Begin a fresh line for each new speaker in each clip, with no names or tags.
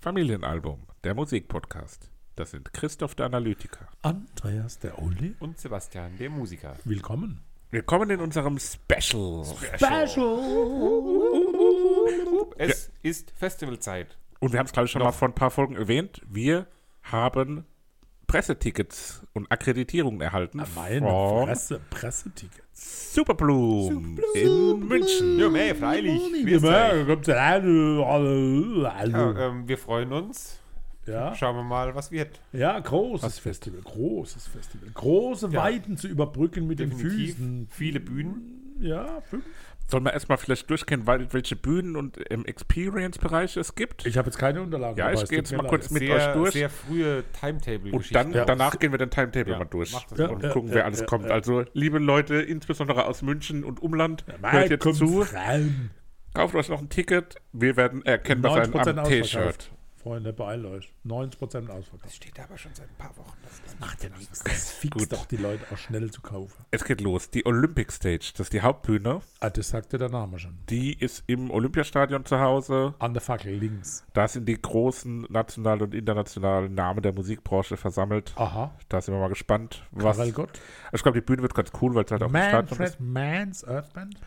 Familienalbum, der Musikpodcast. Das sind Christoph der Analytiker.
Andreas der Only.
Und Sebastian, der Musiker.
Willkommen.
Willkommen in unserem Special.
Es ist Festivalzeit.
Und wir haben es, glaube ich, schon mal vor ein paar Folgen erwähnt. Wir haben Pressetickets und Akkreditierungen erhalten
Ah, Meine
von
Fresse, Pressetickets.
Superbloom in München.
Ja, mei, freilich. Grüß euch.
Kommt rein, alle, alle.
Ja,
Mhm.
ähm, wir freuen uns.
Also, Ja, äh,
Schauen wir mal, was wird.
ja, großes Festival, großes Festival. Große Weiten zu überbrücken mit
Definitiv.
den Füßen.
Viele Bühnen.
Ja, fünf.
Sollen wir erstmal vielleicht durchgehen, weil- welche Bühnen und im Experience-Bereich es gibt?
Ich habe jetzt keine Unterlagen.
Ja,
dabei,
ich
es
gehe jetzt
tut mir
mal
leid.
kurz mit
sehr,
euch durch.
Sehr frühe timetable
Und dann,
Ja.
danach gehen wir den Timetable
Ja,
mal durch
macht das
Ja,
und
ja,
gucken,
ja,
wer alles
ja,
kommt.
ja.
Also, liebe Leute, insbesondere aus München und Umland,
Mal
hört jetzt
kommt
zu.
rein.
Kauft euch noch ein Ticket. Wir werden erkennbar
90%
sein am T-Shirt.
ausverkauft. Freunde, beeilt euch. 90% ausverkauft.
steht aber schon seit ein paar Wochen.
Macht ja nichts. Das fixt doch die Leute auch schnell zu kaufen.
Es geht los. Die Olympic Stage, das ist die Hauptbühne.
Ah, das sagte der Name schon.
Die ist im Olympiastadion zu Hause.
An der Fackel links.
Da sind die großen nationalen und internationalen Namen der Musikbranche versammelt.
Aha.
Da sind wir mal gespannt, was. Also
Karel Gott.
Ich glaube, die Bühne wird ganz cool, weil es halt auch im Stadion ist.
Manfred Mans Earthband.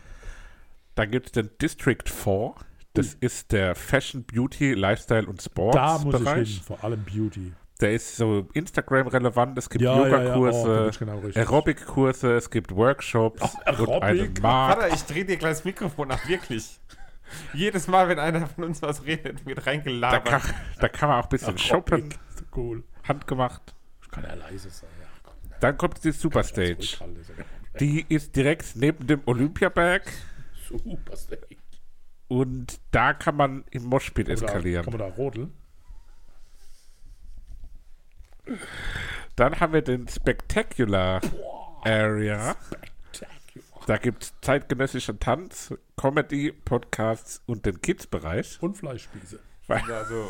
Dann gibt es den District 4. Das ist der Fashion, Beauty, Lifestyle und Sports.
Hm. Da muss
Bereich.
ich hin, vor allem Beauty.
Der ist so Instagram-relevant. Es gibt
Ja, ja, ja. Oh, da bin
Yoga-Kurse,
ich genau richtig. Oh,
Aerobic-Kurse, es gibt Workshops und
Aerobic?
einen Markt.
Vater, ich drehe dir gleich das Mikrofon ab, wirklich. Jedes Mal, wenn einer von uns was redet, wird
Da
reingelabert.
kann, da kann man auch ein bisschen shoppen,
So cool.
handgemacht.
Ich kann ja leise sein. Ja, komm, ja.
Dann kommt die Superstage.
Zurückhalten ist ja kein
Die ist direkt neben dem Olympiaberg
Problem. Super Stage.
und da kann man im Moshpit
Kann man da- Kann
eskalieren.
man da rodeln?
Dann haben wir den Spectacular Area. Da gibt es zeitgenössischen Tanz, Comedy, Podcasts und den Kids-Bereich.
Und Fleischspieße.
Da so,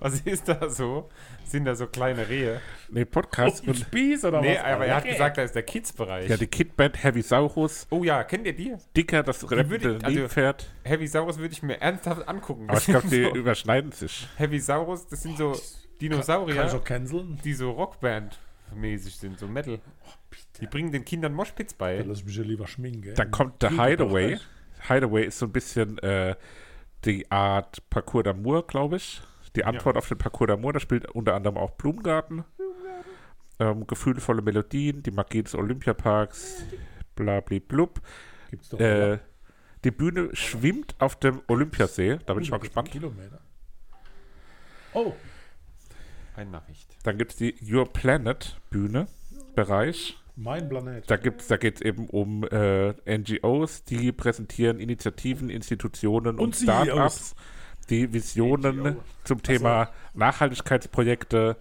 was ist da so? Sind da so kleine Rehe?
Nee, Podcasts und
Spieß oder
Nee, aber er hat gesagt, da ist der Kids-Bereich.
ja, die Kidband Heavy Saurus,
oh ja, kennt ihr die?
Dicker, das rappende
würde- also-
Nilpferd.
Heavy Saurus würde ich mir ernsthaft angucken.
Aber ich
Das
glaube, die
sind so,
überschneiden sich.
Heavy Saurus, das sind so
Kann ich
Dinosaurier,
auch canceln?
die so Rockband-mäßig sind, so Metal. Die bringen den Kindern Moshpits
Ja,
bei.
lass mich ja lieber schminken, gell?
Dann kommt der
Dicker
Hideaway.
Bereich.
Hideaway ist so ein bisschen äh, die Art Parcours d'Amour, glaube ich. Die Antwort auf den Parcours d'Amour, da spielt unter anderem auch Blumengarten. Ähm, gefühlvolle Melodien, die Magie des Olympiaparks, blablablub.
Gibt's doch
Äh, die Bühne schwimmt auf dem Olympiasee, da bin ich mal gespannt.
Kilometer. Oh,
Eine Nachricht.
Dann gibt es die Your Planet Bühne, Bereich.
mein Planet.
Da, gibt's- da geht es eben um äh, NGOs, die präsentieren Initiativen, Institutionen und,
Und E CEOs.
Startups, die Visionen
NGO.
zum Thema Nachhaltigkeitsprojekte,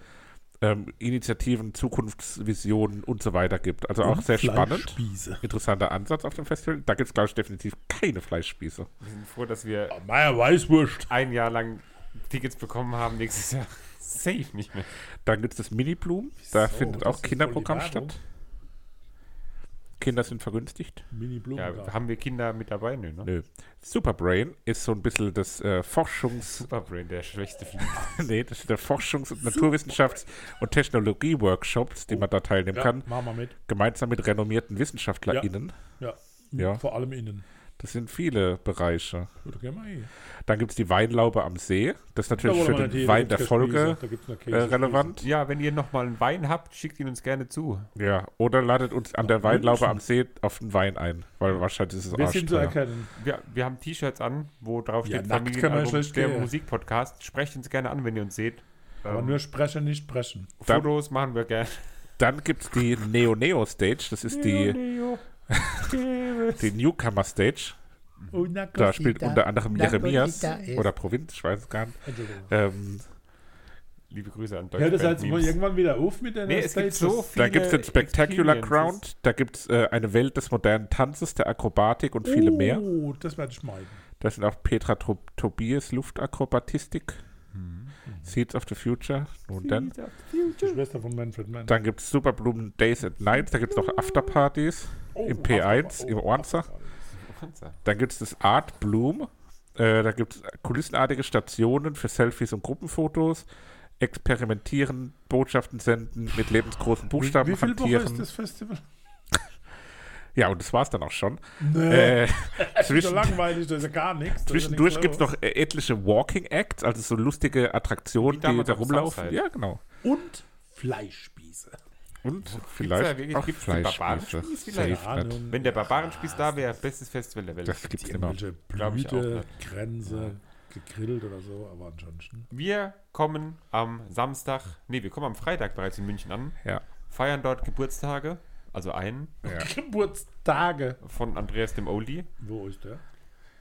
ähm, Initiativen, Zukunftsvisionen und so weiter gibt. Also auch
Und
sehr spannend.
Fleischspieße.
Interessanter Ansatz auf dem Festival. Da gibt es, glaube ich, definitiv keine Fleischspieße.
Wir sind froh, dass wir
Meier Weißwurst.
ein Jahr lang Tickets bekommen haben, nächstes Jahr safe nicht mehr.
Dann gibt es das Mini-Bloom. Da
Wieso?
findet
Das
auch
ist voll
Kinderprogramm
die Werbung.
statt. Kinder sind vergünstigt.
Mini
Ja,
Blumengarten.
haben wir Kinder mit dabei? Nö, ne?
Nö. Superbrain ist so ein bisschen das äh, Forschungs-
Superbrain, der schwächste Film.
Nee, das ist der Forschungs- und Naturwissenschafts- und Technologie-Workshops, die man da teilnehmen
ja,
kann,
machen wir mit.
gemeinsam mit renommierten WissenschaftlerInnen.
Ja.
Ja.
Vor allem innen.
Das sind viele Bereiche.
Gut, da gehen wir eh. hin.
Dann gibt es die Weinlaube am See. Das ist
Da
natürlich
wollen
für
wir nicht
den
hin,
Wein der
da gibt's
Folge
Käse, da gibt's nur
äh,
Käse.
relevant.
ja, wenn ihr nochmal einen Wein habt, schickt ihn uns gerne zu.
Ja, oder ladet uns an der Weinlaube am See auf den Wein ein, weil wahrscheinlich ist es
Wir sind zu
arschteuer.
erkennen.
Wir, wir haben T-Shirts an, wo drauf
Ja,
steht
nackt können wir
Familienalbum,
schlecht
der
gehen.
Musikpodcast. Sprecht uns gerne an, wenn ihr uns seht.
Aber
Ähm,
nur sprechen, nicht sprechen.
Dann-
Fotos machen wir gerne.
Dann gibt es die Neo Neo Stage. Das ist die, die Newcomer Stage.
Oh,
Da spielt unter anderem Jeremias oder Provinz, ich weiß es gar nicht.
Entschuldigung.
Ähm,
Liebe Grüße an Deutsch.
Hört das jetzt mal irgendwann wieder auf mit den
Nee, es gibt so viele
Da gibt es den Spectacular
Experiences.
Ground, da gibt es äh, eine Welt des modernen Tanzes, der Akrobatik und viele
Uh.
mehr.
Oh, das werde ich meiden.
Da sind auch Petra Tro- Tobias Luftakrobatistik,
Mhm.
Seeds of the Future und dann.
Die Schwester von Manfred Mann.
Dann gibt es Superblumen Days and Nights, da gibt es
Uh.
noch Afterpartys
Oh,
im P1,
Afterpa-
im
oh,
Ornzer. Dann gibt es das Art Bloom, Äh, da gibt es kulissenartige Stationen für Selfies und Gruppenfotos. Experimentieren, Botschaften senden, mit lebensgroßen Buchstaben
wie, wie viel Woche
hantieren.
ist das Festival?
Ja, und das war's dann auch schon.
Nö,
Äh,
das ist so
zwischen,
langweilig, da ist ja gar nichts. da ist ja nichts
zwischendurch gibt es
Neues.
noch äh, etliche Walking Acts, also so lustige Attraktionen,
Wie
die
damals
da
auf
rumlaufen.
Southside.
Ja, genau.
Und Fleischspieße.
Und
da
vielleicht
wirklich-
auch
gibt's den
Fleischspieße.
Barbarenspieß
Safe
vielleicht?
nicht.
Wenn der Barbarenspieß da wäre, bestes Festival der Welt.
Das gibt's immer.
Irgendwelche
Glaub ich auch
Blüte, Grenze, gegrillt oder so, aber ansonsten.
Wir kommen am Samstag, nee, wir kommen am Freitag bereits in München an,
Ja.
feiern dort Geburtstage, also einen
ja.
Geburtstage.
von Andreas dem Oli.
Wo ist der?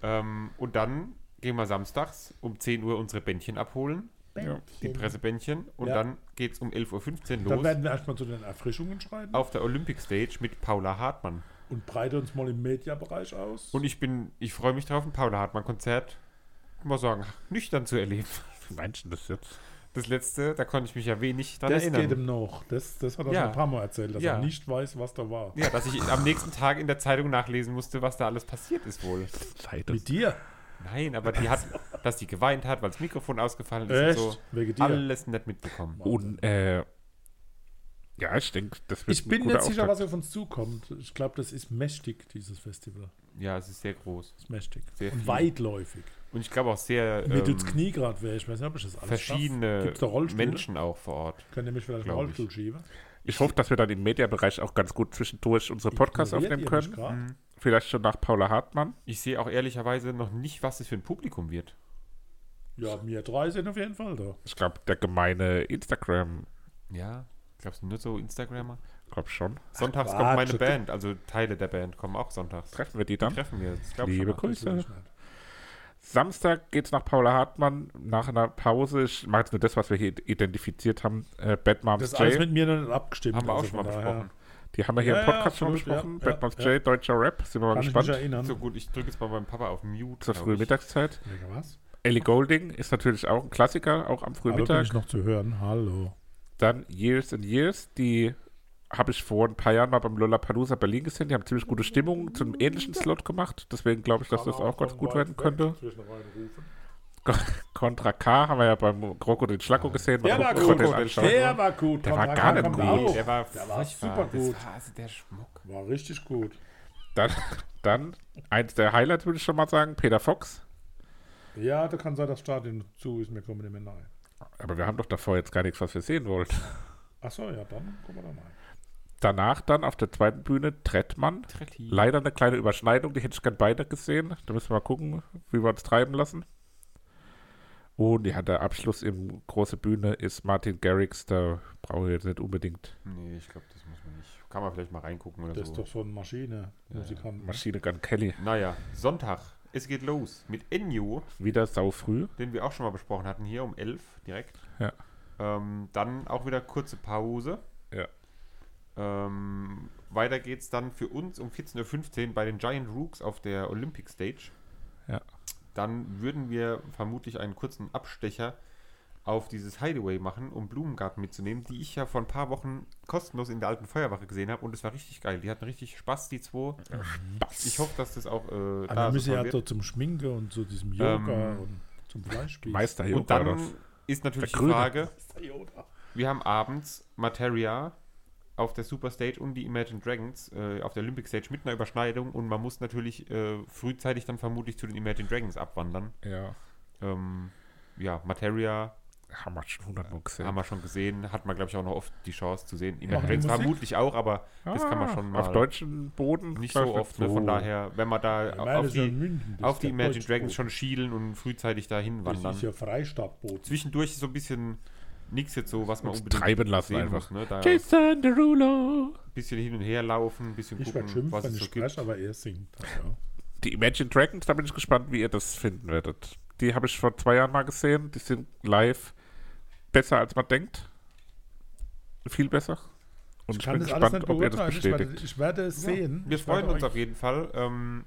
Ähm, und dann gehen wir samstags um 10 Uhr unsere Bändchen abholen,
Ja.
die Pressebändchen. Und
Ja.
dann geht es um 11.15 Uhr
Dann
los
werden wir erstmal zu den Erfrischungen schreiten
auf der Olympic Stage mit Paula Hartmann.
und breite uns mal im Mediabereich aus.
Und ich bin, ich freue mich drauf, ein Paula Hartmann-Konzert, mal sagen, nüchtern zu erleben.
Meinst du das jetzt?
Das letzte, da konnte ich mich ja wenig dran
das geht
erinnern.
ihm noch. Das, das hat er
Ja.
schon ein paar Mal erzählt, dass
Ja.
er nicht weiß, was da war.
Ja, dass ich am nächsten Tag in der Zeitung nachlesen musste, was da alles passiert ist wohl.
Zeit
Mit dir?
Nein, aber die hat, dass die geweint hat, weil das Mikrofon ausgefallen ist
Echt?
und so.
Wegen dir?
Alles nicht mitbekommen.
Und, äh, ja, ich denke, das wird
Ich
ein
bin
guter
nicht sicher,
Auftakt.
was auf uns zukommt. Ich glaube, das ist mächtig, dieses Festival.
Ja, es ist sehr groß.
Das ist mächtig.
Sehr
und
viel.
weitläufig.
Und ich glaube auch sehr ähm,
Mittels Kniegrad wäre ich. Ich weiß nicht, ob ich das alles
verschiedene
Gibt's da Rollstühle?
Menschen auch vor Ort.
Könnt ihr mich vielleicht mal
Glaub ich.
Rollstuhl schieben?
Ich hoffe, dass wir dann im Mediabereich auch ganz gut zwischendurch unsere Podcasts
Ignoriert
aufnehmen
ihr mich
können.
grad?
Mhm.
Vielleicht schon nach Paula Hartmann.
Ich sehe auch ehrlicherweise noch nicht, was es für ein Publikum wird.
Ja, mir drei sind auf jeden Fall da.
Ich glaube, der gemeine Instagram,
Ja, glaubst du nur so Instagramer?
glaube schon.
Sonntags
Quatsch,
kommt meine
das-
Band, also Teile der Band kommen auch sonntags.
Treffen wir die dann?
Treffen wir uns, glaube
Liebe
ich.
Das will
Grüße.
ich nicht.
Samstag geht's nach Paula Hartmann. Nach einer Pause, ich mache jetzt nur das, was wir hier identifiziert haben, äh, Bad
Das
Moms
ist alles
J.
mit mir noch nicht abgestimmt.
Haben wir auch
also
schon mal
von daher
besprochen.
Die haben wir hier
Ja,
im
ja,
Podcast schon
absolut,
besprochen.
ja,
Bad
ja,
Moms
ja.
J, deutscher Rap. Sind wir mal
Kann ich mich
gespannt.
erinnern.
So gut, ich drücke jetzt mal beim Papa auf Mute.
Zur
glaub
frühen
ich.
Mittagszeit.
Digga, was?
Ellie Golding ist natürlich auch ein Klassiker, auch am frühen
Aber bin
Mittag.
ich noch zu hören. Hallo.
Dann Years and Years, die habe ich vor ein paar Jahren mal beim Lollapalooza Berlin gesehen. Die haben ziemlich gute Stimmung zum ähnlichen Slot gemacht. Deswegen glaube ich, dass das auch ganz gut werden könnte. Contra K haben wir ja beim Krokodil Schlacko gesehen. Mal
Der war
gucken,
gut.
ob wir den anschauen.
Der war gut.
Der war
Kontra
gar
K
nicht
kommt
gut.
auch.
Der war,
der Oh, war
furchtbar.
super gut.
Das war also der Schmuck.
War richtig gut.
Dann, dann eins der Highlights, würde ich schon mal sagen, Peter Fox.
Ja, da kann sein, das Stadion zu ist. Mir kommen nicht mehr rein.
Aber wir haben doch davor jetzt gar nichts, was wir sehen wollten.
Achso, ja, dann kommen wir da rein.
Danach dann auf der zweiten Bühne Trettmann.
Tretti.
Leider eine kleine Überschneidung, die hätte ich gern beide gesehen. Da müssen wir mal gucken, wie wir uns treiben lassen. Und ja, der Abschluss im große Bühne ist Martin Garrix, da brauche ich jetzt nicht unbedingt
Nee, ich glaube, das muss man nicht. Kann man vielleicht mal reingucken oder
Das ist
so.
doch so eine Maschine. Musikant.
Machine Gun Kelly.
Naja, Sonntag. Es geht los mit Ennio,
Wieder sau früh.
den wir auch schon mal besprochen hatten, hier um 11 direkt.
Ja.
Ähm, dann auch wieder kurze Pause.
Ja.
Ähm, weiter geht's dann für uns um 14.15 Uhr bei den Giant Rooks auf der Olympic Stage.
Ja.
Dann würden wir vermutlich einen kurzen Abstecher auf dieses Hideaway machen, um Blumengarten mitzunehmen, die ich ja vor ein paar Wochen kostenlos in der alten Feuerwache gesehen habe und es war richtig geil. Die hatten richtig Spaß, die zwei. Ich hoffe, dass das auch äh,
Aber wir
so
müssen
kommen
ja
wird.
so zum Schminken und zu diesem Yoga
Ähm,
und zum Fleischspieß.
Meister
Und dann ist natürlich
Der
die
Grüne.
Frage,
Yoda.
wir haben abends Materia auf der Superstage und die Imagine Dragons äh, auf der Olympic Stage mit einer Überschneidung und man muss natürlich äh, frühzeitig dann vermutlich zu den Imagine Dragons abwandern.
Ja,
Ähm, ja, Materia
haben wir schon 100 Mal gesehen.
haben wir schon gesehen, hat man glaube ich auch noch oft die Chance zu sehen. Imagine
Machen die
Dragons
Musik?
vermutlich auch, aber das kann man
Ah,
schon mal
Auf deutschem Boden. Oh.
nicht so oft. Ne? Von daher, wenn man da
Ich meine,
auf
das ist ja
die,
in München, das
auf
ist
die
der
Imagine
Deutsche
Dragons
Boot.
schon schielen und frühzeitig dahin
Das
wandern.
ist ja Freistaatboot.
Zwischendurch ist so ein bisschen nichts jetzt so, was man
Uns
unbedingt
treiben lassen
sehen
einfach.
muss. Ne? Da ein
Jason Derulo.
bisschen hin und her laufen, ein bisschen
Ich werde
gucken,
schimpfen,
was
wenn
es
ich
so
spreche,
gibt.
aber er singt. Ja.
Die Imagine Dragons, da bin ich gespannt, wie ihr das finden werdet. Die habe ich vor zwei Jahren mal gesehen. Die sind live besser, als man denkt. Viel besser. Und ich, bin gespannt, ob ihr das
Ich werde,
bestätigt.
ich werde es sehen.
Wir
Ich
freuen
werde
uns
euch-
auf jeden Fall. Ähm,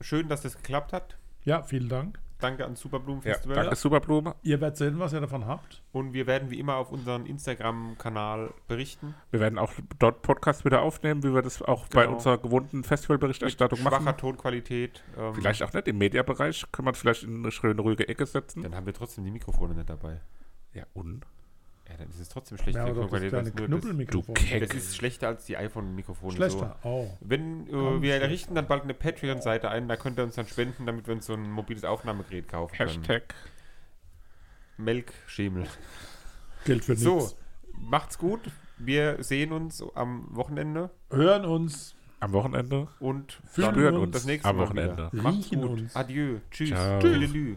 schön, dass das geklappt hat.
Ja, vielen Dank.
Danke an Superblumen
Ja,
Festival.
danke Superblume.
Ihr werdet sehen, was ihr davon habt.
Und wir werden wie immer auf unseren Instagram-Kanal berichten.
Wir werden auch dort Podcast wieder aufnehmen, wie wir das auch bei
Genau.
unserer gewohnten Festivalberichterstattung
Schwacher
machen.
Tonqualität. ähm,
Vielleicht auch nicht im Mediabereich. Können wir es vielleicht in eine schöne, ruhige Ecke setzen.
Dann haben wir trotzdem die Mikrofone nicht dabei.
Ja, und?
Ja, dann ist es trotzdem schlecht.
Ja,
die
aber doch das
Tonqualität,
kleine
wenn's nur das-
Knubbelmikrofon.
Du Keck.
Das ist schlechter als die iPhone-Mikrofone.
Schlechter. Oh.
So. Wenn äh,
Ganz
wir
schlecht.
errichten dann bald eine Patreon-Seite ein, da könnt ihr uns dann spenden, damit wir uns so ein mobiles Aufnahmegerät kaufen können.
Hashtag.
Melkschemel.
Gilt für nichts.
So, macht's gut. Wir sehen uns am Wochenende
Hören uns,
Am Wochenende.
und
Fühlen
dann
uns
das nächste
am
Mal
Wochenende.
Wieder. Macht's
Riechen
gut.
uns.
Adieu. Tschüss.
Ciao.
Tüdelü.